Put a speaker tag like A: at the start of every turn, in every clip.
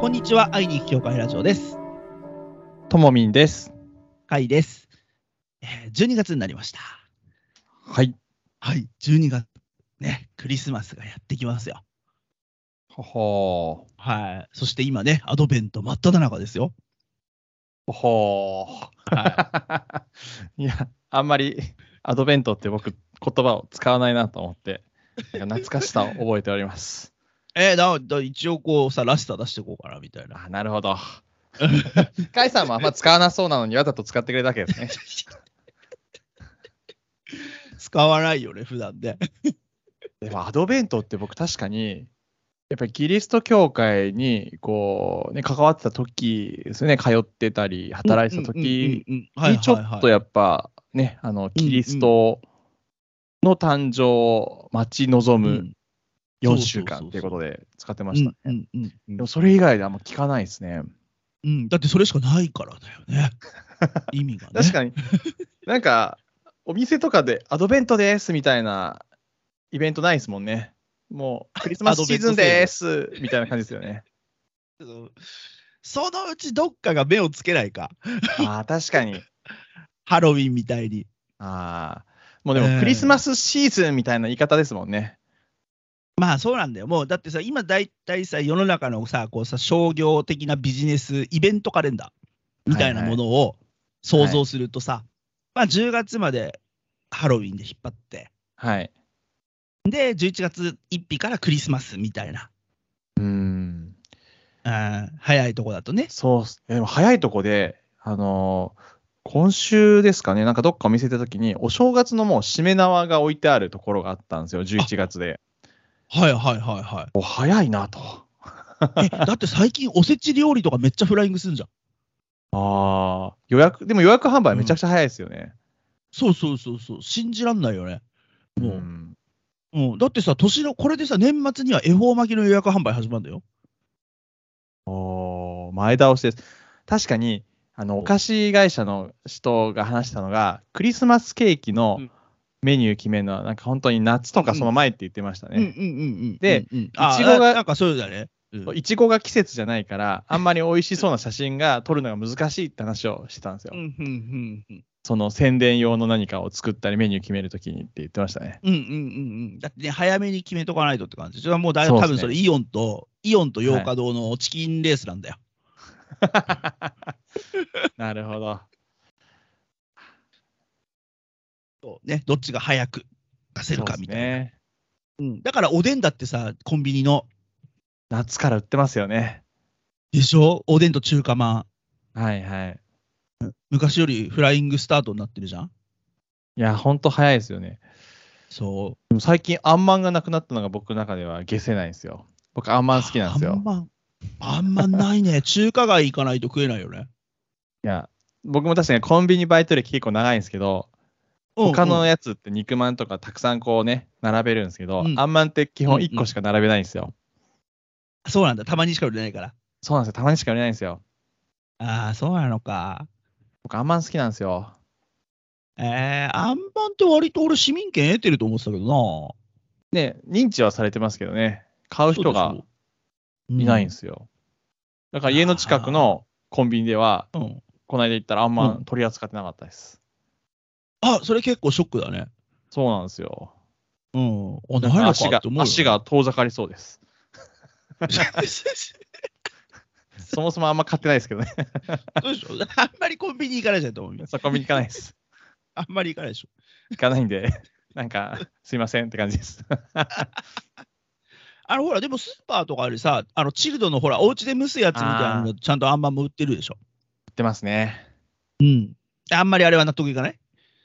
A: こんにちは、会いに行く協会ラジオです。
B: ともみんです。
A: 会です。えー12月になりました。
B: はい。
A: はい、12月、ね、クリスマスがやってきますよ。
B: ほほ
A: はい。そして今ね、アドベント真っ只中ですよ。
B: ー。ほほ
A: は
B: ー。いや、あんまりアドベントって僕、言葉を使わないなと思って、なんか懐かしさを覚えております。
A: い、 えーなだ一応こうさ、らしさ出していこうかな、みたいな。
B: あ、なるほ ど。カイさんもあんま使わなそうなのにわざと使ってくれたわけですね。
A: 使わないよね、普段で。
B: でもアドベントって僕確かに、やっぱりキリスト教会にこう、ね、関わってた時ですよね、通ってたり、働いてた時
A: うんうんうんうんはいはい
B: に
A: はい
B: ちょっとやっぱね、あのキリストの誕生を待ち望
A: う
B: む
A: ん
B: 4週間ということで使ってました
A: う
B: ね。
A: んうんうんうん
B: でもそれ以外であんま聞かないですね。
A: うんだってそれしかないからだよ ね。意味がね。
B: 確か に、なんかお店とかでアドベントですみたいなイベントないですもんね。もうクリスマスシーズンですみたいな感じですよ ね。
A: うんそのうちどっかが目をつけないか。
B: ああ、確かに。
A: ハロウィンみたいに。
B: ああ、もうで
A: えー
B: もクリスマスシーズンみたいな言い方ですもんね。
A: まあそうなんだよ。もうだってさ、今大体さ、世の中のさ、こうさ、商業的なビジネスイベントカレンダーみたいなものを想像するとさ、まあ10月までハロウィンで引っ張って、
B: はい。
A: で、11月1日からクリスマスみたいな。
B: うーん。
A: うん早いとこだとね。
B: そうっす。いやでも早いとこで、あのー今週ですかね、なんかどっかお店行った時に、お正月のもう締め縄が置いてあるところがあったんですよ、11月で。
A: はいはいはいは
B: お早いなと。
A: い。え、だって最近おせち料理とかめっちゃフライングすんじゃん。
B: ああ、予約、でも予約販売めちゃくちゃ早いですよね。
A: そうそうそうそう。信じらんないよね。もう。
B: ん
A: うん、だってさ、年の、これでさ、年末には恵方巻きの予約販売始まるんだよ。
B: おー前倒しです。確かに、あの、お菓子会社の人が話したのが、クリスマスケーキの
A: うん
B: メニュー決めるのは、なんか本当に夏とかその前って言ってました
A: うんうん
B: ね。
A: うんうん。
B: で
A: うんうん、い
B: いちごが
A: なんかそうだね。うん
B: いちごが季節じゃないから、あんまり美味しそうな写真が撮るのが難しいって話をしてたんですよ。
A: うんうんうん
B: その宣伝用の何かを作ったり、メニュー決めるときにって言ってましたね。
A: うんうんうんうんだってね、早めに決めとかないとって感じ。それはもうだい
B: そうっ
A: 多
B: すね
A: 分それ、イオンと、イオンと洋華堂のチキンレースなんだよ。
B: なるほど。
A: そうね、どっちが早く出せる
B: そう
A: か
B: です
A: みたいな。
B: ね。
A: うんだからおでんだってさ、コンビニの、
B: 夏から売ってますよね。
A: でしょおでんと中華まん。
B: はいはい。
A: 昔よりフライングスタートになってるじゃん
B: いや、ほんと早いですよね。
A: そう。
B: でも最近、あんまんがなくなったのが僕の中では消せないんですよ。僕、あんまん好きなんです
A: あん
B: よ。
A: まん、あんまんないね。中華街行かないと食えないよね。
B: いや、僕も確かにコンビニバイト歴結構長いんですけど、他のやつって肉まんとかたくさんこうね、並べるんですけど、
A: うん
B: あんまんって基本
A: うんうん
B: 1個しか並べないんですよ。
A: そうなんだ、たまにしか売れないから。
B: そうなんですよ。たまにしか売れないんですよ。
A: ああ、そうなのか。
B: 僕、あんまん好きなんですよ。
A: えー、あんまんって割と俺市民権得てると思ってたけどな。。
B: ね、認知はされてますけどね、買う人がいないんですすよ。だから家の近くのコンビニでは、
A: うん
B: この間行ったらあんま
A: うん
B: ん取り扱ってなかったです。
A: あ、それ結構ショックだね。
B: そうなんですよ。
A: うん。あ、な
B: だ
A: い
B: か
A: の
B: ら
A: か
B: 足が
A: って思うよ
B: 足。が遠ざかりそうです。
A: そ
B: そもそもあんま買ってないですけどね。
A: うでしょあんまりコンビニ行かないじゃんと思うよ。
B: そうコンビニ行かないです。
A: あんまり行かないでしょ。
B: 行かないんで、なんかすいませんって感じです。
A: あの、ほら、でもスーパーとかよりさ、あの、チルドのほら、お家で蒸すやつみたいなの、ちゃんとあんまんも売ってるでしょ。
B: 売ってますね。
A: うん。あんまりあれは納得いかない
B: い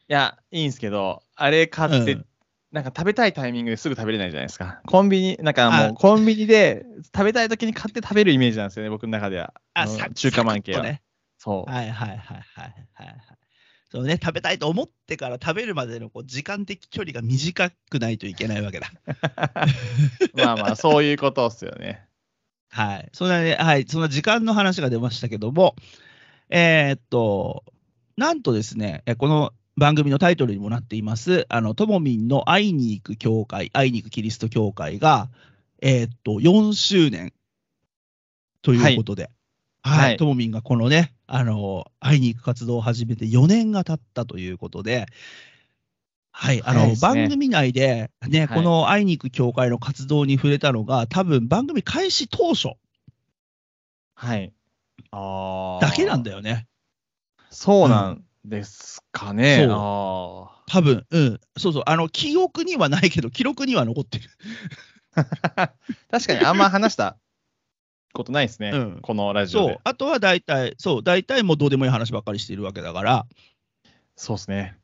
B: や、いいんですけど、あれ買って、
A: うん
B: なんか食べたいタイミングですぐ食べれないじゃないですか。コンビニ、なんか
A: あ
B: もうコンビニで食べたい時に買って食べるイメージなんですよね、僕の中では。
A: あ、
B: の
A: さ
B: 中華まん系
A: サクッと
B: は。
A: ね。
B: そう。
A: はいはいはいはいはいはい。そうね、食べたいと思ってから食べるまでのこう時間的距離が短くないといけないわけだ。
B: まあまあ、そういうことっすよね。
A: はい。そんなね、はい、そんな時間の話が出ましたけども、えーっと、なんとですね、えこの番組のタイトルにもなっています、あの、ともみんの会いに行く教会、会いに行くキリスト教会が、えーっと、4周年ということで、
B: はい
A: は。
B: はいい
A: ともみんがこのね、あの、会いに行く活動を始めて4年が経ったということで、はい、あ
B: 早い
A: の、
B: ですね
A: 番組内で、ね、
B: はい
A: この会いに行く協会の活動に触れたのが、多分番組開始当初
B: はい。あー
A: だけなんだよね。
B: そうなんですかね。
A: そう
B: あ
A: 多分、うん。そうそう。あの、記憶にはないけど、記録には残ってる。
B: ー 確かにあんま話したことないですね。
A: うん
B: このラジオ
A: そう
B: で。。
A: あとは大体、そう、大体もうどうでもいい話ばっかりしているわけだから、
B: そうですね。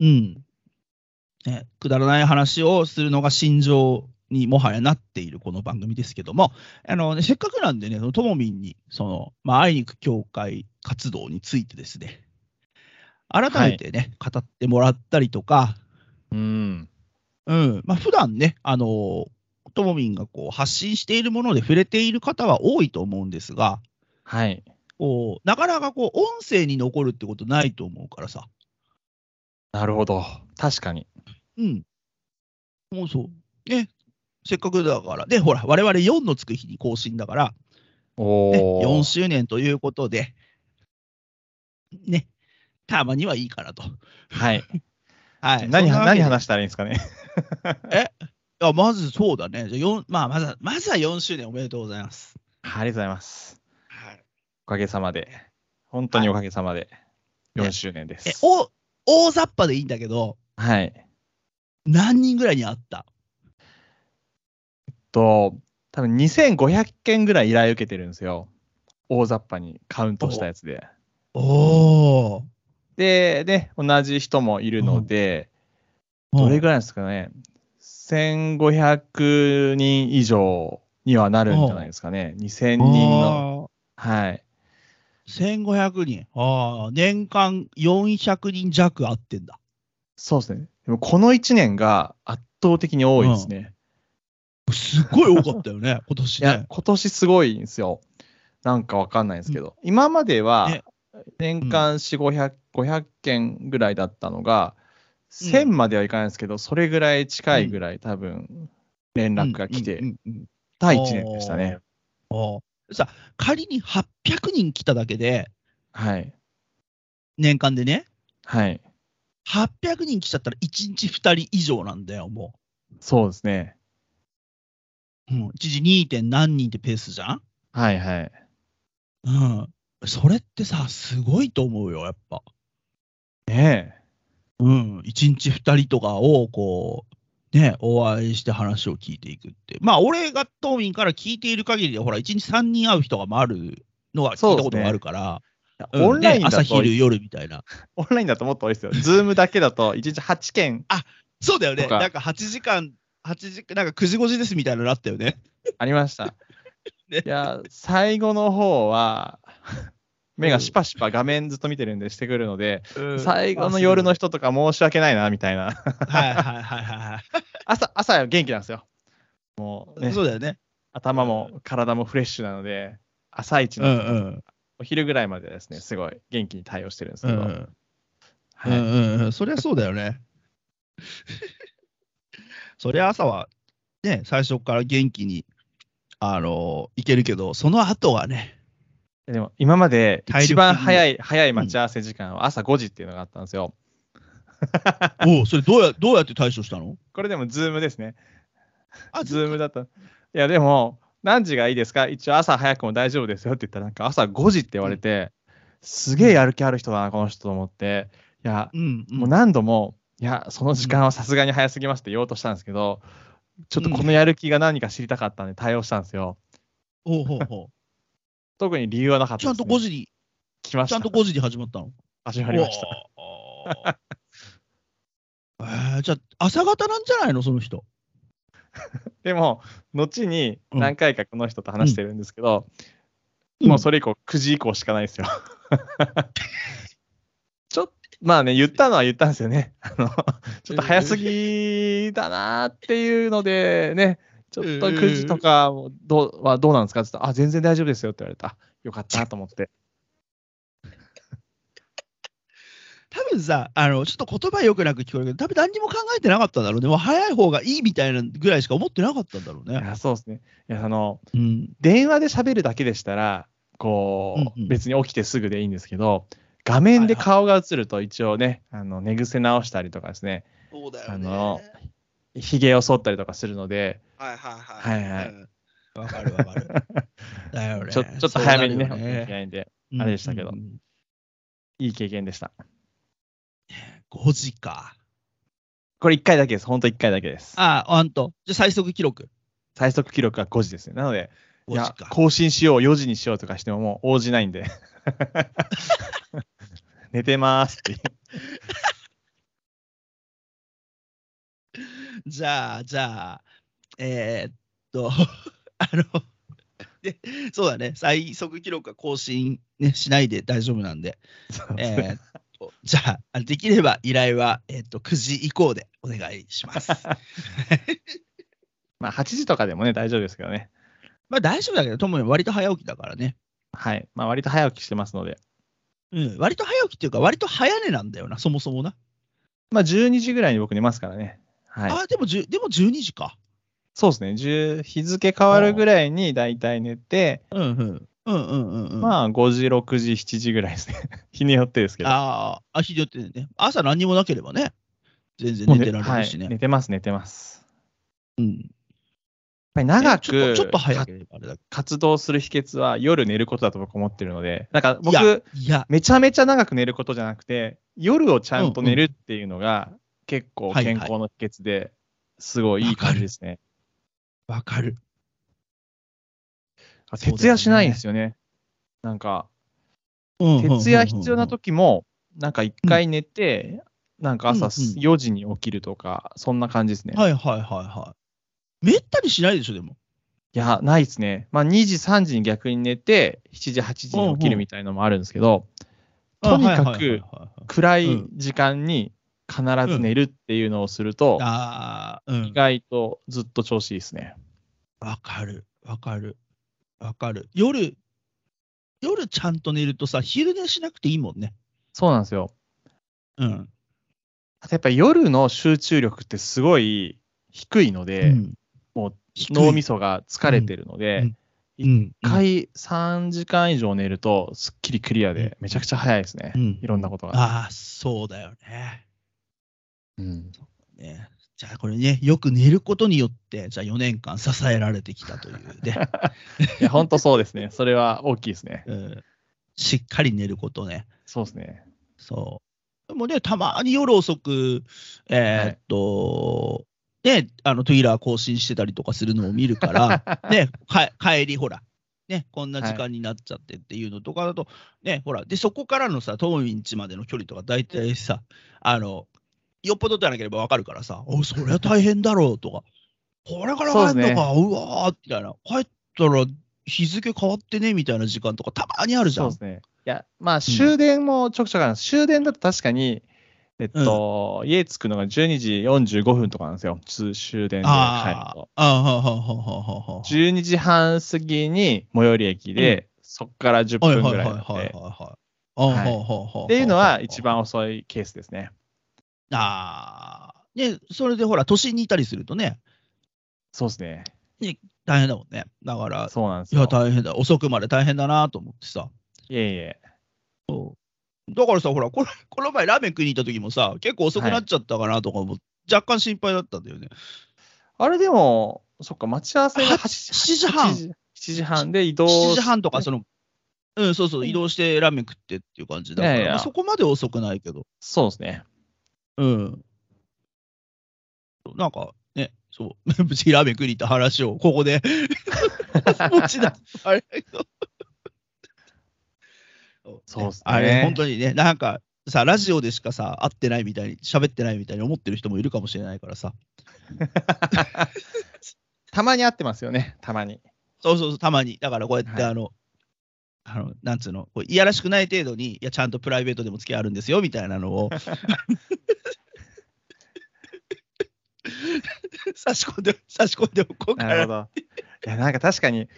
A: うん。ね、くだらない話をするのが心情にもはやなっているこの番組ですけども、あのね、せっかくなんでね、そのともみんに、その、まあ、会いに行く協会活動についてですね、改めてね、語ってもらったりとか、
B: うん。
A: うん、まあ、普段ね、あのともみんがこう発信しているもので触れている方は多いと思うんですが、
B: はい。
A: こうなかなかこう音声に残るってことないと思うからさ、
B: なるほど。確かに。
A: うん。もうそう。ね。せっかくだから。で、ほら、我々4のつく日に更新だから、
B: お
A: ね、
B: お。
A: 4周年ということで、ね。たまにはいいかなと。
B: はい。
A: はい。
B: 何
A: そんなわけ
B: 何
A: で
B: 話したらいいんですかね。
A: いや、まずそうだね。じゃあ四まあ、まずは、まずは4周年おめでとうございます。
B: ありがとうございます。
A: はい。
B: おかげさまで。本当におかげさまで。4周年です。
A: え、お、大雑把でいいんだけど、
B: はい。
A: 何人ぐらいに会った
B: と、多分2500件ぐらい依頼受けてるんですよ。大雑把にカウントしたやつで。
A: おー。
B: で、ね、同じ人もいるので、どれぐらいですかね。1500人以上にはなるんじゃないですかね。2000人の。
A: の
B: はい。
A: 1500人。ああ、年間400人弱会ってんだ。
B: そうですね。でもこの1年が圧倒的に多いですね。
A: すっごい多かったよ ね、今年
B: いや
A: ね、。
B: 今年すごいんですよ。なんかわかんないですけど。今までは
A: ね
B: 年間4、500、500件ぐらいだったのが、
A: うん
B: 1000まではいかないですけど、それぐらい近いぐらい多分連絡が
A: う
B: 来
A: んう
B: て、
A: んうん
B: 第1年でしたね。
A: さ仮に800人来ただけで、
B: はい。
A: 年間でね、
B: はい。
A: 800人来ちゃったら1日2人以上なんだよ、も
B: そうですね。
A: う。うん、一時 2. 点何人ってペースじゃん、
B: はいはい。
A: うん、それってさ、すごいと思うよ、やっぱ。
B: ねえ。
A: うん、1日2人とかをこう、ね、お会いして話を聞いていくって。まあ、俺が当民から聞いている限りで、ほら、1日3人会う人が回るのは聞いたことがあるから、うん
B: オンライン
A: で
B: だ
A: 朝
B: と、
A: 昼夜みたいな。
B: オンラインだともっと多いですよ。ズームだけだと1日8件
A: そうだよね。
B: とか
A: なんか8時間、8時なんか9時5時ですみたいなのあったよね。
B: ありま した。
A: ね
B: いや、最後の方 は、目がシパシパ画面ずっと見てるんでしてくるので、最後の夜の人とか申し訳ないな、みたいな。
A: はいはいはいは
B: 朝、朝は元気なんですよ。もう、
A: いは
B: ね
A: い。、そうだよね。
B: 頭も体もフレッシュなので、朝一
A: うんう
B: の
A: ん。
B: お昼ぐらいまでですね、すごい元気に対応してるんです
A: う
B: け
A: ん
B: ど、
A: うんう
B: はい
A: んうんうん。そりゃそうだよね。 そりゃ朝は、ね、最初から元気に、あのいけるけど、その後は ね、
B: でも今まで一番早い早い
A: ん
B: 待ち合わせ時間は朝5時っていうのがあったんですよ。
A: おうそれどうやどうやって対処したの
B: これでもズームですね。
A: あ
B: ズームだった。いや、でも、何時がいいですか一応朝早くも大丈夫ですよって言ったら、なんか朝5時って言われて、すげえやる気ある人だな、この人と思って、いや、
A: うん、うん
B: もう何度も、いや、その時間はさすがに早すぎますって言おうとしたんですけど、ちょっとこのやる気が何か知りたかったんで対応したんですよ。
A: ほう ほうほ
B: 特に理由はなかっ
A: う。
B: た
A: ちゃんと5時に、
B: 来まし
A: ちゃ
B: た。
A: んと5時に始まったの
B: 始まりました。
A: おー。えー、 じゃあ、朝方なんじゃないの、その人。
B: でも、後に
A: うん
B: 何回かこの人と話してるんですけど、
A: うん
B: もうそれ以降、9時以降しかないですよ。 ちょっと、まあね、言ったのは言ったんですよね。 あの、ちょっと早すぎだなっていうので、ね、ちょっと9時とかもどうはどうなんですかって言ったら、あ、全然大丈夫ですよって言われた。よかったと思って。
A: 多分さ、あの、ちょっと言葉よくなく聞こえるけど、多分何にも考えてなかったんだろうね。もう早い方がいいみたいなぐらいしか思ってなかったんだろう
B: い
A: ね。
B: やそうですね。いや、あの、
A: うん。
B: 電話で喋るだけでしたら、こう、
A: うんうん
B: 別に起きてすぐでいいんですけど、画面で
A: はいはい
B: 顔が映ると一応ね、あの寝癖直したりとかですね、
A: そうだ
B: よねあの髭を剃ったりとかするので、
A: はいはい
B: はいはいはい
A: い。わかるわかる。だよね。
B: ちょちょっと早めにね、
A: そう
B: 起
A: な
B: き
A: る
B: なきゃ
A: よ
B: いけないんで、
A: うん
B: あれでしたけど
A: うんうん
B: いい経験でした。
A: 5時か。
B: これ1回だけです。ほんと1回だけです。
A: ああ、あんと。じゃあ最速記録。
B: 最速記録が5時ですね。なので、
A: 5
B: い
A: 時
B: や
A: か。
B: 更新しよう、4時にしようとかしてももう応じない んで。寝てますっていう。
A: じゃあ、じゃあ、えーっと、 あの、でそうだね、最速記録は更新、ね、しないで大丈夫なんで、えーっと、 じゃああの、できれば依頼は、えーっと、9時以降でお願いし ます。
B: まあ8時とかでもね、大丈夫ですけどね。
A: まあ大丈夫だけど、ともに割と早起きだからね。
B: はい。まあ割と早起きしてますので。
A: うん、割と早起きっていうか、割と早寝なんだよな、そもそもな。
B: まあ12時ぐらいに僕寝ますからね。はい。
A: ああ、でも10、でも12時か。
B: そうですね。10日付変わるぐらいに大体寝て、
A: うんうん。うんうんうんうん。あ
B: まあ5時、6時、7時ぐらいですね。 日によってですけど。
A: あー、あ、日によってね。朝何にもなければね、全然
B: もう
A: 寝
B: ね
A: てられるしね。
B: はい。寝てます、寝てます。
A: うん
B: やっぱり長く
A: ちょっとちょっと早ければあれだけ
B: 活動する秘訣は夜寝ることだと僕思ってるので、なんか
A: ど。いや
B: 僕、、
A: いや、
B: めちゃめちゃ長く寝ることじゃなくて、夜をちゃんと寝るっていうのが結構
A: はいはい
B: 健康の秘訣ですごいいい感じですね。
A: わかる。そ
B: あ
A: うだよね
B: 徹夜しないんですよね。なんか、
A: うん
B: 徹夜必要な。時も、なんか一回寝て、なんか朝
A: うんうん
B: 4時に起きるとか、そんな感じですね。
A: うんうんうんはいはいはいはい。めったにしないでしょ、でも。
B: いや、ないですね。まあ2時、3時に逆に寝て、7時、8時に起きるみたいのもあるんですけど、とにかく
A: はいはいはいはい
B: 暗
A: う
B: い
A: ん
B: 時間に必ず寝るっていうのをすると、
A: ああ、う
B: 意
A: ん。
B: 外とずっと調子いいですね。
A: わかる、わかる、わかる。夜、夜ちゃんと寝るとさ、昼寝しなくていいもんね。
B: そうなんですよ。
A: うん。
B: あとやっぱ夜の集中力ってすごい低いので、
A: うん
B: もう
A: 低い
B: 脳みそが疲れてるの
A: うん
B: で、
A: うん。
B: 一回3時間以上寝るとすっきりクリアで、めちゃくちゃ早いですね
A: う。ん
B: いろんなことが。
A: ああ、そうだよね。
B: うん
A: ねじゃあこれね、よく寝ることによって、じゃあ4年間支えられてきたというね。
B: いや、本当そうですね。それは大きいですね。
A: うんしっかり寝ることね。
B: そうですね。
A: そう。でもね、たまに夜遅く、えーっと、ね、あの、トゥイラー更新してたりとかするのを見る から、ね、か帰り、ほら、ね、こんな時間になっちゃってっていうのとかだと、ね、ほら、で、そこからのさ、トモミンチまでの距離とか、大体さ、あの、よっぽどじゃなければわかるからさ、おそりゃ大変だろうとか、これから帰るのか、うわーみたいな、帰ったら日付変わってねみたいな時間とか、たまにあるじゃ
B: そうんで。すね。いや、まあ終電もちょくちょくあるんです。終電だと確かに、えっと、家着くのが12時45分とかなんですよ。通終電で帰る
A: あ
B: と。
A: あ、ああ、はあはあはあはあはあ。
B: 12時半過ぎに最寄り駅で、そこから10
A: はい
B: 分
A: はい
B: ぐ
A: は
B: ら
A: い
B: い
A: はい
B: な
A: はいは
B: ので。
A: い。
B: はい
A: は
B: っていうのは一番。遅いケースですね。
A: ああ。ね、それでほら、都心にいたりするとね、
B: そうですね。
A: 大変だもんね。だから、
B: そうなんです
A: い
B: よ。
A: や、大変だ。遅くまで大変だなと思ってさ。
B: いえいえ。
A: だからさ、ほら、このこの前ラーメン食いに行った時もさ、結構遅くなっちゃったかなとかも、若干心配だったんだよね。
B: あれでも、そっか、待ち合わせが
A: は
B: 8
A: 7時半
B: 7時7時半で移動
A: 7時半とか、
B: そ
A: その、うん、そうそう、移動してラーメン食ってっていう感じだから、
B: いやいや
A: まあそこまで遅くないけど。
B: そうですね。
A: うん。なんかね、そう、 無事ラーメン食いに行った話をここで 持ち出す。あれ だけど
B: そうっすね
A: あれ、本当にね、なんかさ、ラジオでしかさ、会ってないみたいに、喋ってないみたいに思ってる人もいるかもしれないからさ、
B: たまに会ってますよね、たまに。
A: そうそうそう、たまに、だからこうやって、
B: はい
A: あの、あのなんつうの、こういやらしくない程度に、いや、ちゃんとプライベートでも付き合いあるんですよみたいなの を差し込んで、差し込んでおこうか
B: な
A: な
B: るほ。ど。いや、なんか確かに、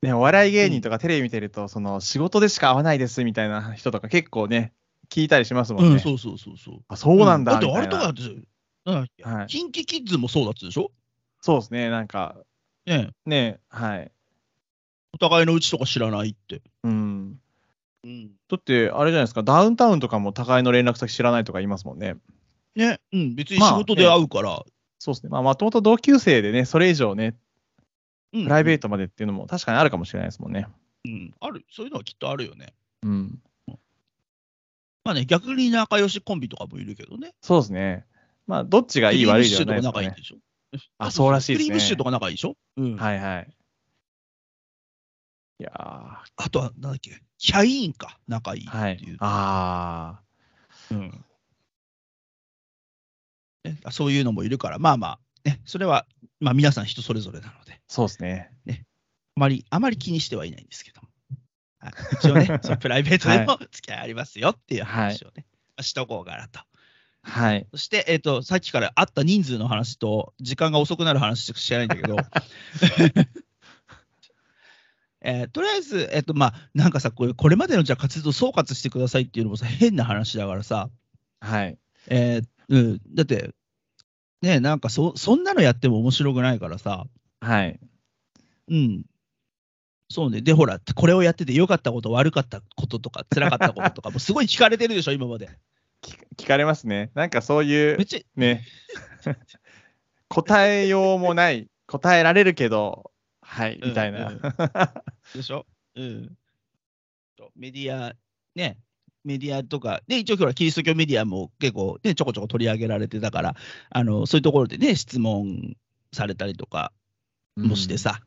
B: ね、お笑い芸人とかテレビ見てると、その仕事でしか会わないですみたいな人とか結構ね、聞いたりしますも
A: うんん、
B: ね。
A: そうそうそうそう。
B: あそうなん
A: だ
B: だ。
A: って
B: み
A: あ
B: たい
A: れと
B: な
A: かだってさ、だか
B: は
A: ら
B: い、
A: キンキキッズもそうだったでしょ
B: そうですね、なんか、
A: ねえ
B: ね、はい。
A: お互いのうちとか知らないって。
B: うん。
A: うん。
B: だって、あれじゃないですか、ダウンタウンとかも互いの連絡先知らないとか言いますもんね。
A: ね、うん、別に
B: まあ
A: 仕事で会うから。
B: そうですね。まあ、もともと同級生でね、それ以上ね、
A: うん、
B: プライベー
A: ト、
B: トまでっていうのも確かにあるかもしれないですもんね。
A: うん。ある、そういうのはきっとあるよね。
B: うん。
A: まあね、逆に仲良しコンビとかもいるけどね。
B: そうですね。まあ、どっちがいい
A: クリーム
B: 悪い
A: シ
B: じ
A: チュー
B: ゃ
A: と
B: ない
A: か仲
B: ですか
A: いいん
B: ね。
A: でしょ
B: あ、そうらしいです
A: ク
B: ね。
A: リームシチューとか仲いいでしょうん。
B: はいはい。いやー
A: あとは、なんだっけ、キャインか、仲いい
B: は
A: ってい。。
B: いうあ
A: うんねそういうのもいるから、まあまあ、ね、それは、まあ、皆さん人それぞれなので、
B: ー、そうですね。
A: あまり、あまり気にしてはいないんですけども。はい一応 ね、そのプライベートでも付き合いありますよっていう話をね、まあしとこうかなと。
B: はい。
A: そして、えっ、と、さっきからあった人数の話と、時間が遅くなる話しかしてないんだけど、えーとりあえず、えっ、と、まあ、なんかさ、これこれまでのじゃあ活動総括してくださいっていうのもさ、変な話だからさ、
B: はい。
A: えーうん、だって、ね、なんかそそんなのやっても面白くないからさ、
B: はい。
A: うん。そうね。で、ほら、これをやってて良かったこと、悪かったこととか、辛かったこととか、もうすごい聞かれてるでしょ、今まで。
B: 聞聞かれますね。なんかそうい
A: めっ
B: う、
A: ちゃ、
B: ね、 答えようもない、答えられるけど、はい、
A: うん
B: みたいな。
A: うんでしょうん。そうメディア、ね、メディアとか、ね、一応ほら、キリスト教メディアも結構、ね、ちょこちょこ取り上げられてたから、あの、そういうところでね、質問されたりとかもしてさ、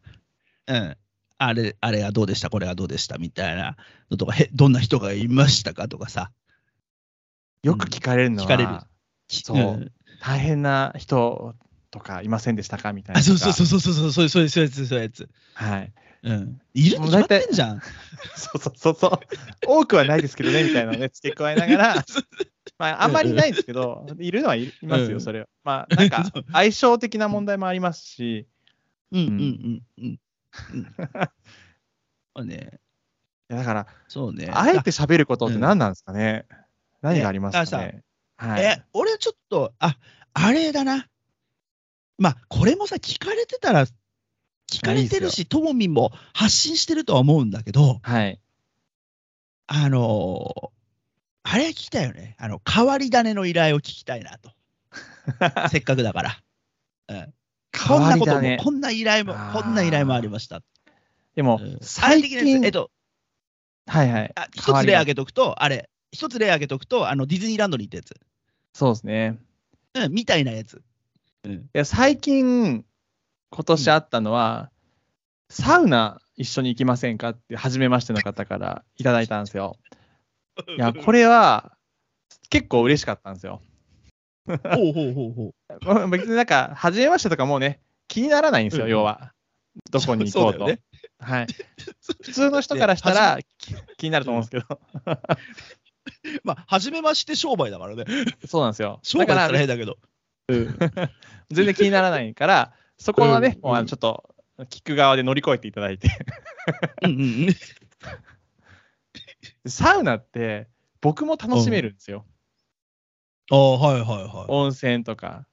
A: うん、あれ、あれがどうでした、これがどうでした、みたいなのとか、へどんな人がいましたかとかさ、
B: よく聞かれるのは、
A: 聞かれる
B: そう
A: うん
B: 大変な人とかいませんでしたかみたいな
A: あ、
B: とか。
A: そうそうそうそうそうそう、そういうそういうやつ、そういうやつ。
B: はい。
A: うん。いるに決まってんじゃん。
B: そうそうそうそう。多くはないですけどね、みた いなのね、付け加えながら、まあ、あんまりないんですけど、いるのはいいます
A: う
B: よ、
A: ん
B: それは。まあ、な んか、相性的な問題もありますし、
A: うんうんうんうん。うん、そうね、
B: いやだから、
A: そうね。
B: あえて喋ることって何なんですかね、何がありますかねはい。
A: え、俺ちょっと、あ、あれだな。まあ、これもさ、聞かれてたら、聞かれてるし、ともみんも発信してるとは思うんだけど、
B: はい。
A: あのーあれ聞きたいよね。あの、変わり種の依頼を聞きたいな と。せっかくだから。こ
B: 変
A: ん
B: わ
A: な
B: り
A: こと
B: だ
A: も、
B: ね。
A: こんな依頼も、
B: あー
A: こんな依頼もありました。
B: でも
A: うん、
B: 最
A: あれ的なや
B: 近
A: つえっ、と、
B: はいはい。
A: あ一
B: 変わ
A: つ
B: り
A: 例
B: が
A: 挙げとくと、あれ、一つ例挙げとくと、あのディズニーランドに行ったやつ、
B: そうですね。
A: うん、みたいなやつ。
B: いや、最近、今年あったのは、サウナ一緒に行きませんかって、初めましての方からいただいたんですよ。いや、これは、結構嬉しかったんですよ。
A: れ、ほうほうほうほう。
B: まあ別になんか、初めましてとかもうね、気にならないんですよ、
A: うん
B: 要は。どこに行こう
A: そ
B: と。
A: うだよね
B: はい、普通の人からしたら、き気になると思うんですけど、
A: まあ、初めまして商売だからね。
B: そうなんですよ。
A: 商売だ
B: だ
A: った
B: からら、
A: 変だけど。
B: 全然気にならないから、そこはね、
A: うん
B: もうあのちょっと、聞く側で乗り越えていただいて。
A: うん うんうん。
B: サウナって、僕も楽しめるんですよ。
A: ああ、はいはいは
B: 温泉とか。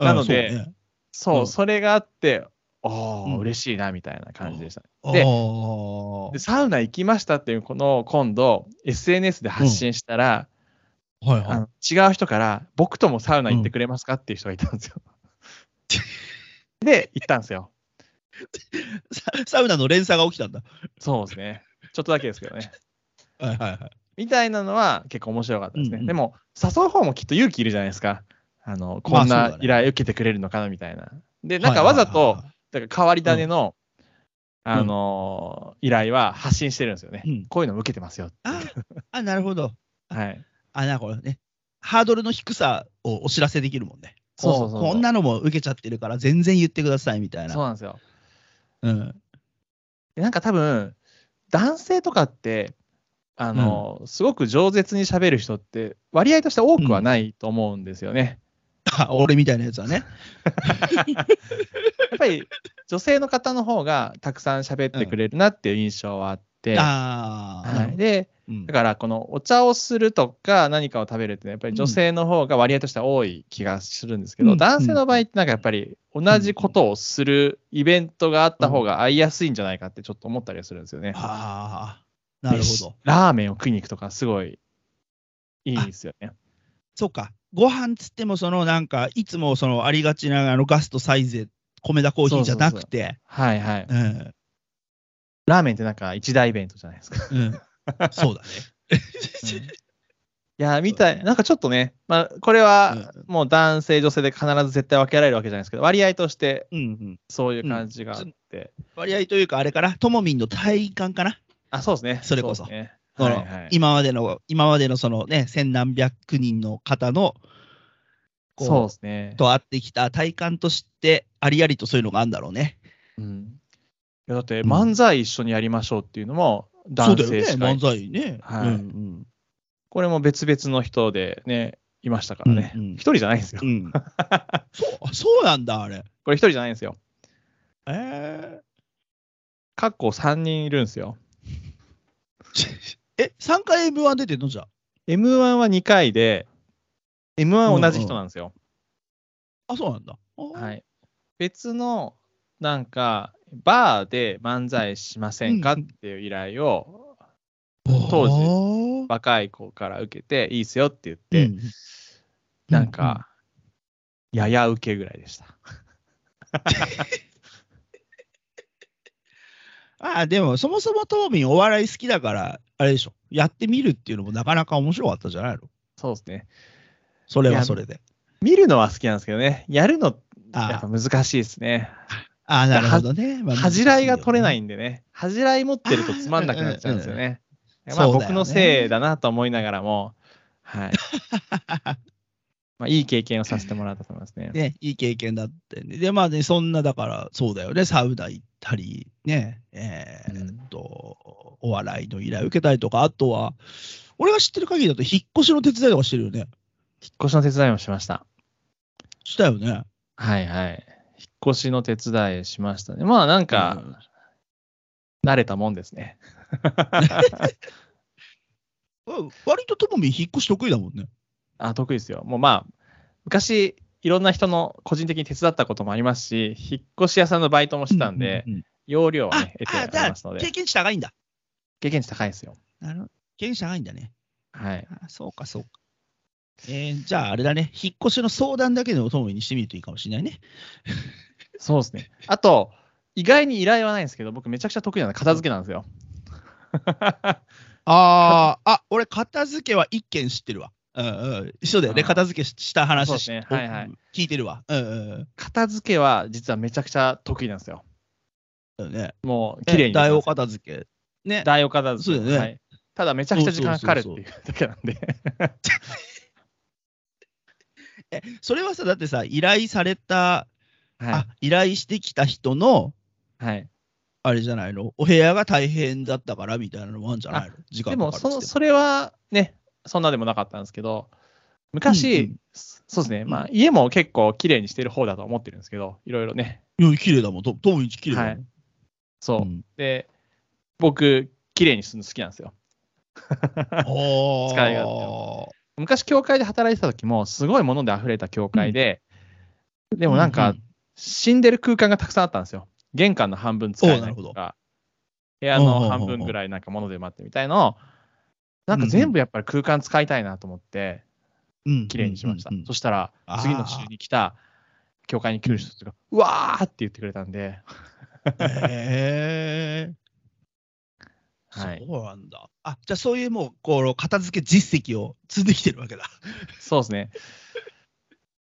A: い。
B: なので
A: うん、そうね
B: そう、
A: うん
B: それがあって、おー、
A: うん
B: 嬉しいな、みたいな感じでした。
A: あ
B: で
A: ー
B: で、サウナ行きましたっていう、この今度、SNS で発信したら、
A: はい
B: あ
A: は
B: の違う人から、僕ともサウナ行ってくれますかっていう人がいたん ですよ。で、行ったんですよ。
A: い。ササウナの連鎖が起きたんだ。
B: そうですね。ちょっとだけですけどね。
A: はいはいはい。
B: みたいなのは結構面白かったですね。
A: うんうん
B: でも、誘う方もきっと勇気いるじゃないですか。あのこん
A: まあそう
B: な
A: だね
B: 依頼受けてくれるのかなみたいな。で、なんかわざと、だから変わり種の、あのー依頼は発信してるんですよね。
A: うん
B: こういうのも受けてますよ。
A: はいはいはい。ああ、なるほど。
B: はい。
A: あ、なるほどね。ハードルの低さをお知らせできるもんね。
B: そうそうそう
A: こんなのも受けちゃってるから、全然言ってくださいみたい
B: そう
A: な。
B: なんですよ。
A: うん。
B: でなんか多分、男性とかって、あのーすごく饒舌に喋る人って、割合として多くはないと思うんですよね。
A: あ俺みたいなやつはね。
B: やっぱり女性の方の方がたくさん喋ってくれるなっていう印象はあって。
A: ああ、な
B: は
A: る
B: い、
A: ほ
B: で、
A: うん
B: だから、このお茶をするとか何かを食べるって、やっぱり女性の方が割合としては多い気がするんですけど、
A: うん
B: 男性の場合ってなんかやっぱり同じことをするイベントがあった方が会いやすいんじゃないかってちょっと思ったりはするんですよね。
A: ああ、なるほど
B: で。ラーメンを食いに行くとかすごいいいんですよね。
A: そうか。ご飯つっても、そのなんか、いつもそのありがちなあのガストサイゼ、米田コーヒーじゃなくて、
B: はいはい。
A: うん
B: ラーメンってなんか一大イベントじゃないですか。
A: うん そうだね。
B: いや、みたい。なんかちょっとね、まあ、これは
A: う
B: もう男性、女性で必ず絶対分けられるわけじゃないですけど、割合として
A: うんうん、
B: そういう感じがあって。
A: 割合というか、あれかな、ともみんの体感かな、
B: あ、そうですね。
A: それこそう
B: ですね
A: そ
B: は
A: の
B: いはい、
A: 今までの、今までのそのね、千何百人の方の、こう
B: そうですね。
A: と会ってきた体感として、ありありとそういうのがあるんだろうね。
B: うん、いやだって
A: うん
B: 漫才一緒にやりましょうっていうのも
A: そう
B: 男
A: だよね
B: 性し、かい、
A: 漫才ね。
B: はい
A: うん
B: これも別々の人でね、いましたからね。一、
A: うんうん
B: 人じゃないんですよ
A: う。んうんそうあそうなんだ、あれ。
B: これ一人じゃないんですよ。
A: え
B: かっこ3人いるんですよ。
A: ー え、3回 M1 出てんのじゃあ
B: M1 は2回で、M1 は同じ人なんですよ。
A: あ、そうなんだ。あー
B: はい。別の、なんか、バーで漫才しませんかっていう依頼を当時
A: 時
B: 若い子から受けて、いいっすよって言って、なんか、やや受けぐらいでした。
A: ああ、でも、そもそもトーミンお笑い好きだから、あれでしょ。やってみるっていうのもなかなか面白かったじゃないの
B: そうですね。
A: それはそれで。
B: 見るのは好きなんですけどね、やるの、やっ
A: あ
B: ぱ難しいですね。
A: ああ、なるほどね。まあ
B: 恥じらいが取れない
A: 難し
B: んでね、恥じらい持ってるとつまんなくなっちゃうんですよね。
A: うんうん
B: ま
A: そ
B: あ、
A: うだよね
B: 僕のせいだなと思いながらも、 はい。まあ、いい経験をさせてもらったと思いますね
A: よ。ね。ね、いい経験だって、ね。で、まあね、そんな、だから、そうだよね。サウナ行ったり、ね、えー
B: うん
A: っと、お笑いの依頼受けたりとか、あとは、俺が知ってる限りだと、引っ越しの手伝いとかしてるよね。
B: 引っ越しの手伝いもしました。
A: したよね。
B: はいはい。引っ越しの手伝いしましたね。まあなんか、慣れたもんですね。
A: うん、割とともみん引っ越し得意だもんね。
B: あ、得意ですよ。もうまあ、昔、いろんな人の個人的に手伝ったこともありますし、引っ越し屋さんのバイトもしてたんで、
A: ううう
B: 容量を、
A: あ
B: ね、、得
A: あだ
B: てあ
A: か
B: り
A: ら
B: ますので
A: 経、験値高いんだ。
B: 経験値高いですよ。
A: なるほど経験値高いんだね。
B: はい。
A: あそうか、そうか。えー、じゃああれだね、引っ越しの相談だけでもともみにしてみるといいかもしれないね。
B: そうですね。 あと、意外に依頼はないんですけど、僕めちゃくちゃ得意なのは片付けなんですよ。
A: ああ、あ俺、片付けは一件知ってるわ。うんうん、一緒だよね、
B: あー
A: 片付けした話
B: そうですねはいはい
A: 聞いてるわ。うんうんうん
B: 片付けは実はめちゃくちゃ得意なんですよ。
A: だよね。
B: もう綺麗にできます
A: 大
B: よ。
A: お片付け。ね。
B: 大お片付け。
A: そうだよね
B: はい。ただめちゃくちゃ時間がかかるっていうだけなんで。
A: えそれはさ、だってさ、依頼された、
B: は
A: あ依頼してきた人の
B: い。はい、
A: あれじゃないのお部屋が大変だったからみたいなのもあるんじゃないの時間
B: で
A: かかる
B: も
A: っつって
B: その、それはね、そんなでもなかったんですけど、昔、
A: うんうん
B: そうですね、まあ、家も結構綺麗にしてる方だと思ってるんですけど、いろいろね。
A: いや、綺麗だもん。とトムイチ綺麗だもん。
B: はいそう。
A: うん
B: で、僕、綺麗にするの好きなんですよ。
A: おー
B: 使い勝昔、教会で働いてた時も、すごいもので溢れた教会で、でもなん
A: う
B: か
A: ん、
B: 死んでる空間がたくさんあったんですよ。玄関の半分使えな
A: お
B: い
A: うなるほ
B: と
A: ど
B: か、部屋の半分ぐらいなんか物で待ってみたいのを、なんか全部やっぱり空間使いたいなと思って、
A: うん
B: 綺麗にしました。
A: うんうんうん
B: そしたら
A: あ、ー
B: 次の週に来た教会に来る人たちが、うわーって言ってくれたんで、
A: へー
B: はい、
A: そうなんだ。あ、じゃあそういうもう、こう、片付け実績を積んできてるわけだ。
B: そうですね。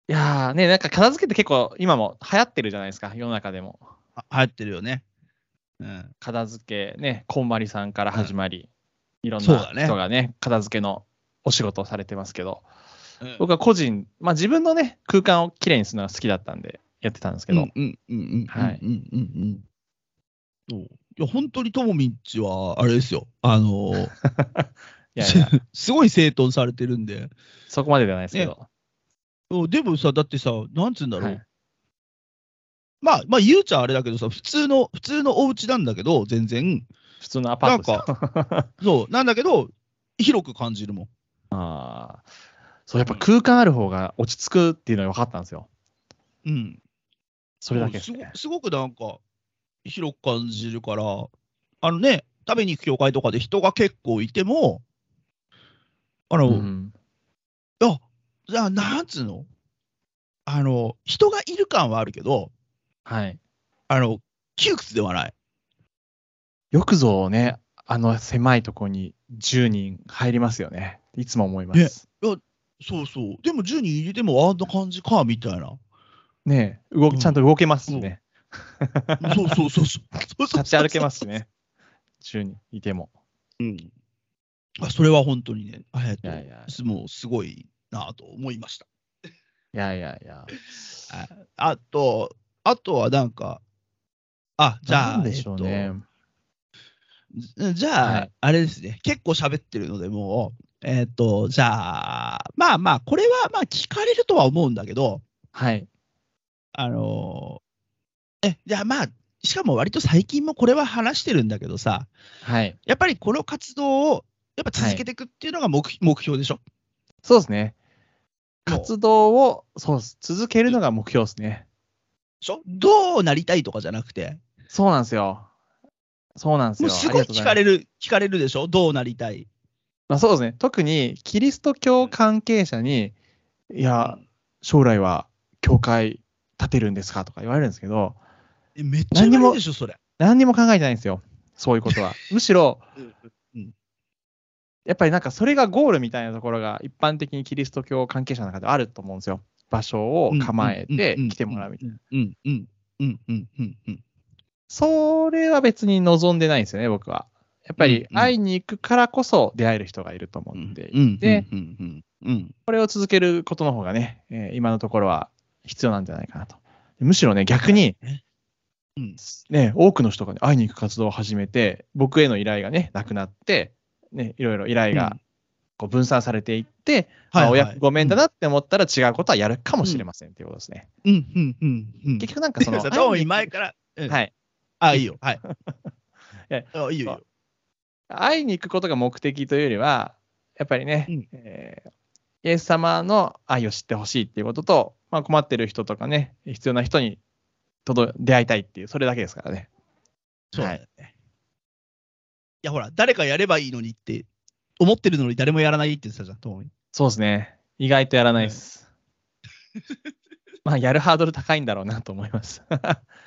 B: いやーね、なんか片付けって結構今も流行ってるじゃないですか、世の中でも。
A: あ流行ってるよね。うん。
B: 片付けね、こんまりさんから始まり、いろん
A: そう
B: な
A: だね
B: 人がね、片付けのお仕事をされてますけど、
A: うん
B: 僕は個人、まあ自分のね、空間をきれいにするのが好きだったんで、やってたんですけ
A: う
B: ど、
A: んうんうんうんうん
B: はい
A: うんうんうんそういや本当にともみんちは、あれですよ、あのー
B: いやいや、
A: すごい整頓されてるんで、
B: そこまでではないですけ ど、
A: うんでもさ、だってさ、なんつうんだろう、
B: はい
A: まあ、まあ、言うちゃあれだけどさ、普通の、普通のお家なんだけど、全然、
B: 普通のアパートですよ
A: そう、なんだけど、広く感じるもん。
B: あーそう、やっぱ空間ある方が落ち着くっていうのが分かったんですよ。
A: うん。
B: それだけですす
A: ご
B: ね。
A: すごくなんか、広く感じるから、あのね、食べに行く教会とかで人が結構いても、あの、
B: うん
A: あ、じゃあ、なんつうのあの、人がいる感はあるけど、
B: はい。
A: あの、窮屈ではない。
B: よくぞね、あの狭いとこに10人入りますよね。いつも思いま
A: ね
B: す。
A: そうそう。でも10人入れてもあんな感じか、みたい な。
B: ねえ動
A: う
B: き
A: ん
B: ちゃんと動けますしね。
A: そうそうそうそう。そうそうそう
B: 立ち歩けますし。ね。10人いても。
A: あそれは本当にね、あえっ
B: いやいや
A: と、もうすごいなと思いました。
B: いやいやいや。
A: あと、あとはなんか、あ、じゃ
B: な
A: あ、
B: んでしょうね。
A: えっと、じゃあ、
B: はい
A: あれですね、結構喋ってるので、もう、えっと、じゃあ、まあまあ、これはまあ聞かれるとは思うんだけど、
B: はい。
A: あのえ、じゃあまあ、しかも割と最近もこれは話してるんだけどさ、
B: はい。
A: やっぱりこの活動をやっぱ続けていくっていうのが目,、目標でしょ
B: そうですね。
A: もう
B: 活動をそうっす続けるのが目標ですね。
A: でしょどうなりたいとかじゃなくて、
B: そうなんですよ。そうなんです
A: も
B: よ。
A: うすごい
B: あ
A: 聞
B: りがとうご
A: か
B: ざいます
A: れる、聞かれるでしょどうなりたい。
B: まあ、そうですね。特にキリスト教関係者に、いや、将来は教会建てるんですかとか言われるんですけど、
A: えめっちゃ言われるでしょ、それ。
B: 何にも考えてないんですよ。そうい うことは。むしろ
A: うんうん、
B: やっぱりなんかそれがゴールみたいなところが一般的にキリスト教関係者の中であると思うんですよ。場所を構えて来てもらうみたいな。
A: いな。うんうんうんうんうんうん。
B: それは別に望んでないんですよね、僕は。やっぱ
A: うんう
B: り
A: ん
B: 会いに行くからこそ出会える人がいると思
A: うん
B: って、
A: うん
B: で
A: うんうんうん
B: これを続けることの方がね、えー今のところは必要なんじゃないかなと。むしろね、逆に、
A: うん
B: ね、多くの人が、ね、会いに行く活動を始めて、僕への依頼がね、なくなって、ね、いろいろ依頼
A: う
B: が
A: ん
B: こう分散されていって、
A: はい
B: まあお
A: はい
B: やごめんだなって思ったら違うことはやるかもしれませんっていうことですね。
A: うんうんうんうん。
B: 結局なんかその、
A: さ
B: 会いに行
A: ど
B: く
A: うに前から。うん
B: はい、
A: あ、いいよ。はい。
B: え
A: あいいよいいよ。
B: 会いに行くことが目的というよりは、やっぱりね、
A: うん
B: えーイエス様の愛を知ってほしいっていうことと、まあ、困ってる人とかね、必要な人に届出会いたいっていう、それだけですからね。
A: そうだ
B: はい
A: よね。いや、ほら、誰かやればいいのにって、思ってるのに誰もやらないって言ってたじゃん、ともに。
B: そうですね。意外とやらないです。 まあ、やるハードル高いんだろうなと思います。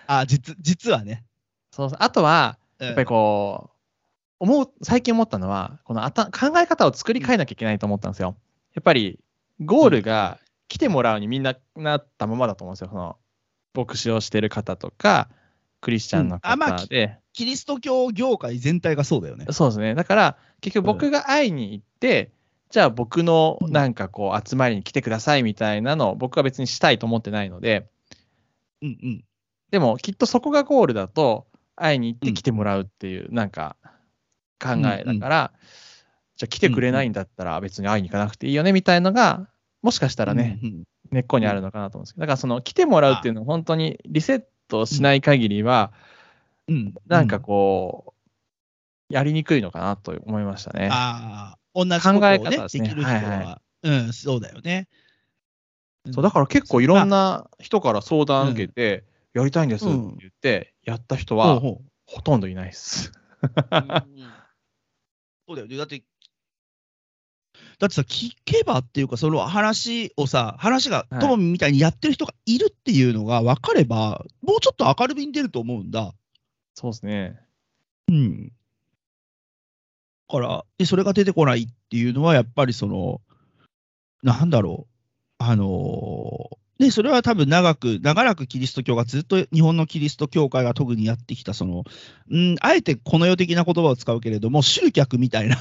A: あ、実実はね。
B: そうあとは、
A: や
B: やっぱりこう、思う最近思ったのは、このあた考え方を作り変えなきゃいけないと思ったんですよ。やっぱり、ゴールが来てもらうにみんななったままだと思うんですよ。その牧師をしてる方とか、クリスチャン
A: う
B: の
A: んあまあ
B: 方で。
A: キリスト教業界全体がそうだよね。
B: そうですね。だから、結局僕が会いに行って、じゃあ僕のなんかこう集まりに来てくださいみたいなのを僕は別にしたいと思ってないので、
A: うんうん。
B: でもきっとそこがゴールだと会いに行って来てもらうっていうなんか考えだから、じゃあ来てくれないんだったら別に会いに行かなくていいよねみたいのがもしかしたらね、
A: うんうん。
B: 根っこにあるのかなと思うんですけどだからその来てもらうっていうのは本当にリセットしない限りは
A: うん、
B: なんかこうやりにくいのかなと思いましたね。
A: ああ、同じことを
B: 考え
A: ね、
B: 方です
A: で
B: ね
A: きる人は、
B: はいは
A: うん、そうだよね。
B: そうだから結構いろん
A: な、
B: な人から相談受けて、やりたいんですって言ってやった人
A: ほう
B: は
A: ほう
B: ほとんどいないで
A: そ
B: す。
A: うだよね。だって、だってさ、聞けばっていうか、その話をさ、話が
B: はい
A: トモミみたいにやってる人がいるっていうのが分かれば、もうちょっと明るみに出ると思うんだ。
B: そうで すね。
A: うん。だから、でそれが出てこないっていうのは、やっぱりその、なんだろう、あのー、で、それは多分長く、長らくキリスト教がずっと日本のキリスト教会が特にやってきた、その、うん、あえてこの世的な言葉を使うけれども、集客みたいな、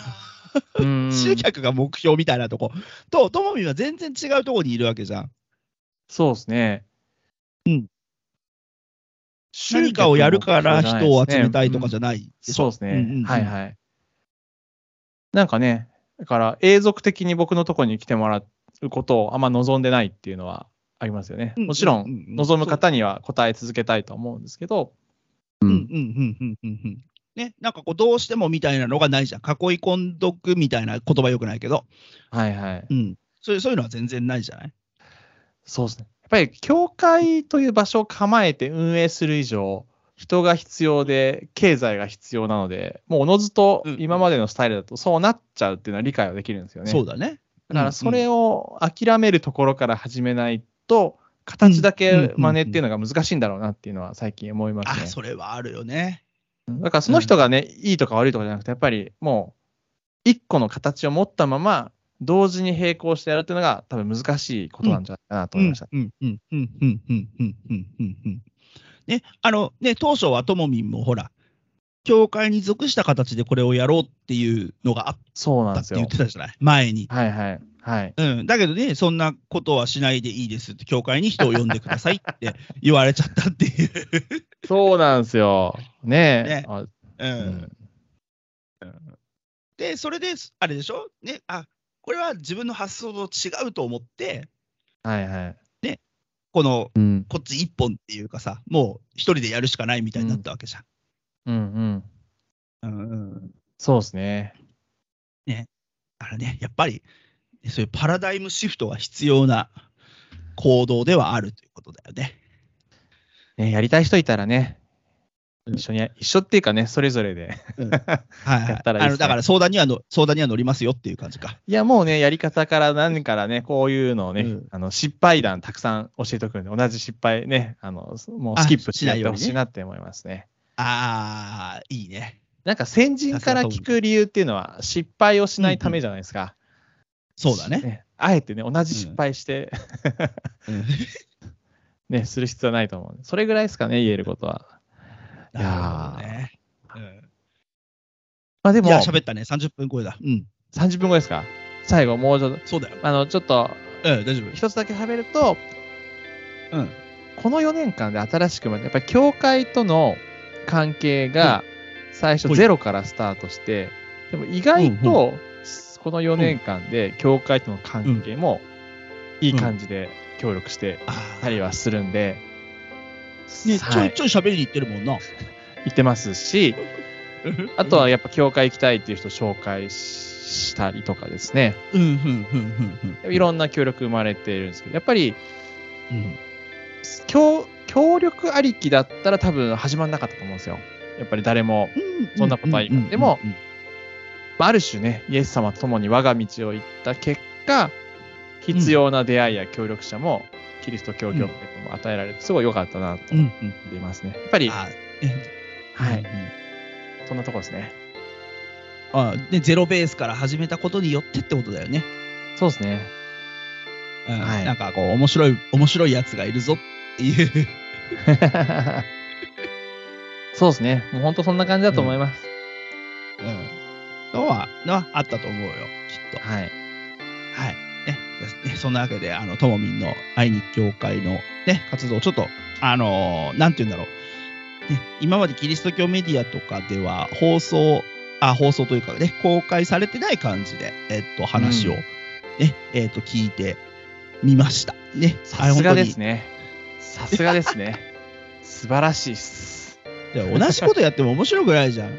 B: う ん
A: 集客が目標みたいなとこと、ともみは全然違うとこにいるわけじゃん。
B: そうですね。
A: うん。
B: 何
A: 何かをやるから人を集めたいとかじゃないでし
B: そ
A: ょ。
B: うですね。
A: うんうんうん
B: はいはい。なんかね、だから永続的に僕のとこに来てもらうことをあんま望んでないっていうのはありますよね。
A: うんうんうん
B: もちろん、望む方には答え続けたいとは思うんですけど、
A: うんうんうんうんうんうん。ね、なんかこう、どうしてもみたいなのがないじゃん。囲い込んどくみたいな言葉よくないけど、
B: はいはい。
A: うん。そういうそういうのは全然ないじゃない
B: そうですね。やっぱり教会という場所を構えて運営する以上、人が必要で、経済が必要なので、もうおのずと
A: うん
B: 今までのスタイルだとそうなっちゃうっていうのは理解はできるんですよね。
A: そうだね。
B: だからそれ
A: を、
B: を諦めるところから始めないと、形だ
A: うんうん
B: け
A: うん
B: 真似っていうのが難しいんだろうなっていうのは最近思いま
A: あ、
B: すね。
A: それはあるよね。
B: だからその人がね、いいとか悪いとかじゃなくて、やっぱりもう、一個の形を持ったまま、同時に並行してやるっていうのが多分難しいことなんじゃないかなと思いました。
A: うんうんうんうんうんうんうんうんうん。ね、あの、ね、当初はともみんもほら、教会に属した形でこれをやろうっていうのがあっ
B: そうなん
A: た
B: で
A: っ
B: す
A: て言
B: よ
A: っ。てたじゃない前に。
B: はいはい。はい。
A: うん、だけどね、そんなことはしないでいいですって、教会に人を呼んでくださいって言われちゃったっていう。
B: そうなんですよ。ねえ。
A: ね
B: あ
A: う
B: うんん、
A: で、それで、あれでしょね、あ、これは自分の発想と違うと思って、
B: はいはい。
A: この、
B: うん。
A: こっち一本っていうかさ、もう一人でやるしかないみたいになったわけじ
B: うんうん。
A: ゃん。うんうん、
B: そうですね。
A: だからね、やっぱり、そういうパラダイムシフトが必要な行動ではあるということだよね。
B: ねやりたい人いたらね、
A: うん
B: 一緒にや、一緒っていうかね、それぞれで。
A: はい、はい
B: やったらいい
A: あ
B: っすね
A: のだから相談にはの相談には乗りますよっていう感じか。
B: いや、もうね、やり方から何からね、こういうのをね、
A: うん
B: あの失敗談たくさん教えておくんで、同じ失敗ね、あのもう
A: あ
B: スキップし
A: し
B: な
A: ないい
B: で
A: よう
B: ほ
A: にね
B: しいなって思いますね。
A: あー、いいね。
B: なんか先人から聞く理由っていうのは、失敗をしないためじゃないですか。
A: そうだね。
B: あえてね、同じ失敗して、
A: うん
B: ね、する必要はないと思うんで。それぐらいですかね、言えることは。いや ー
A: なるほどね。うん
B: まあで
A: い
B: も、
A: や、
B: 30
A: 喋ったね。30分超えだ。うん。
B: 分後ですか最後、もうちょっと、
A: そうだよ。
B: あの、ちょっと、
A: うん、大丈夫。
B: 一つだけはめると、
A: うん。
B: この4年間で新しくまで、やっぱり教会との関係が最初
A: ほい
B: ゼロからスタートして、でも意外とこの4年間で教会との関係もいい感じで協力して
A: あ
B: たりはするんで、
A: ね、ちょ
B: はい
A: いちょい喋りに行ってるもんな。
B: 行ってますし、 あとはやっぱ教会行きたいっていう人を紹介したりとかですね、
A: うん、うん、うん、うん、うん。
B: いろんな協力生まれているんですけど、やっぱり
A: うん。
B: 協協力ありきだったら多分始まんなかったと思うんですよ。やっぱり誰もそんなことはいいからでもまあ、ある種ね、イエス様と共に我が道を行った結果、必要な出会いや協力者も、キリスト教教会も与えられて、すごい良かったなと
A: うん、うん、
B: 思
A: うん。
B: っていますね。やっぱり、
A: あ
B: は
A: うん
B: い、そんなとこですね。
A: あでゼロベースから始めたことによってってことだよね。
B: そうですね。
A: うん
B: はい
A: なんかこう、面白い、面白いやつがいるぞっていう。
B: そうですね。もう本当そんな感じだと思います。
A: うん。のは、な、あったと思うよ、きっと。
B: は
A: はい。
B: い。
A: ね、ですねそんなわけで、あの、ともみんの愛日教会のね、活動、ちょっと、あのーなんて言うんだろう。ね、今までキリスト教メディアとかでは、放送、あ、放送というかね、公開されてない感じで、えっと、話を
B: うん
A: ね、えっと、聞いてみました。ね、
B: さすがです
A: ね。
B: ね。さすがです ね。素晴らしいっす。
A: 本当にで同じことやっても面白くないじゃん。ね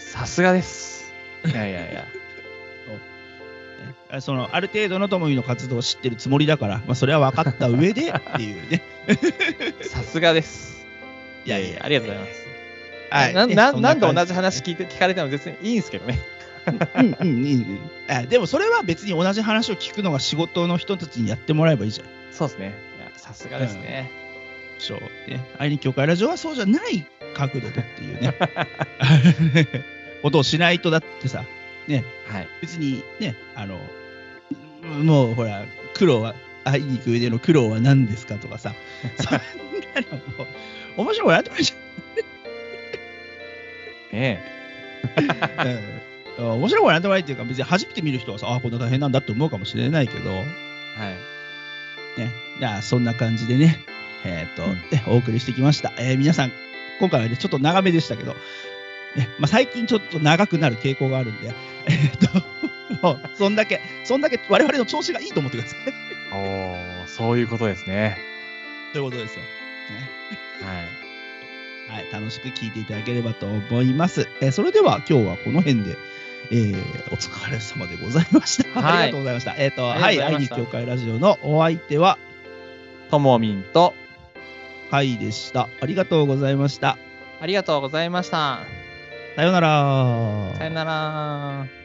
B: さすがです。いやいやいや。
A: その、ある程度のともみんの活動を知ってるつもりだから、まあ、それは分かった上でっていうね。
B: さすがです。
A: いやいや、
B: ありがとう ございます。。
A: はい。
B: な
A: ね
B: な
A: そん
B: 何度同
A: 感
B: じ話聞いて聞かれても別にいいんですけどね。
A: うんうんうんうんあでもそれは別に同じ話を聞くのが仕事の人たちにやってもらえばいいじゃん。
B: そうですね。いやさすがですね。
A: そう。ね。愛に教会ラジオはそうじゃない角度でっていう ね。ことをしないとだってさ、
B: はい。
A: 別にね、あの、もうほら、苦労は、会いに行く上での苦労は何ですかとか さ、そんなのもう、面白くなってもいいじ
B: ね
A: ゃん。うん面白くなんてもないっていうか、別に初めて見る人はさ、あこんな大変なんだって思うかもしれないけど、
B: え。はい。
A: ね、じゃあそんな感じでね、えーっと
B: うん
A: ねお送りしてきました。えー皆さん、今回はね、ちょっと長めでしたけど、ねまあ、最近ちょっと長くなる傾向があるんで、 えーっと、もうそんだけ、そんだけ我々の調子がいいと思ってください。
B: おお、そういうことですね。
A: ということですよ。
B: はい。
A: はい。楽しく聞いていただければと思います。えーそれでは今日はこの辺で、えーお疲れ様でございました。
B: はい
A: ありがとうございました。えっ、と、
B: あ
A: は
B: り
A: い、
B: がと
A: 愛
B: うございまし
A: に
B: た
A: 協会ラジオのお相手は、
B: ともみんと、
A: はいでした。ありがとうございました。
B: ありがとうございました。
A: さようなら
B: さよなら。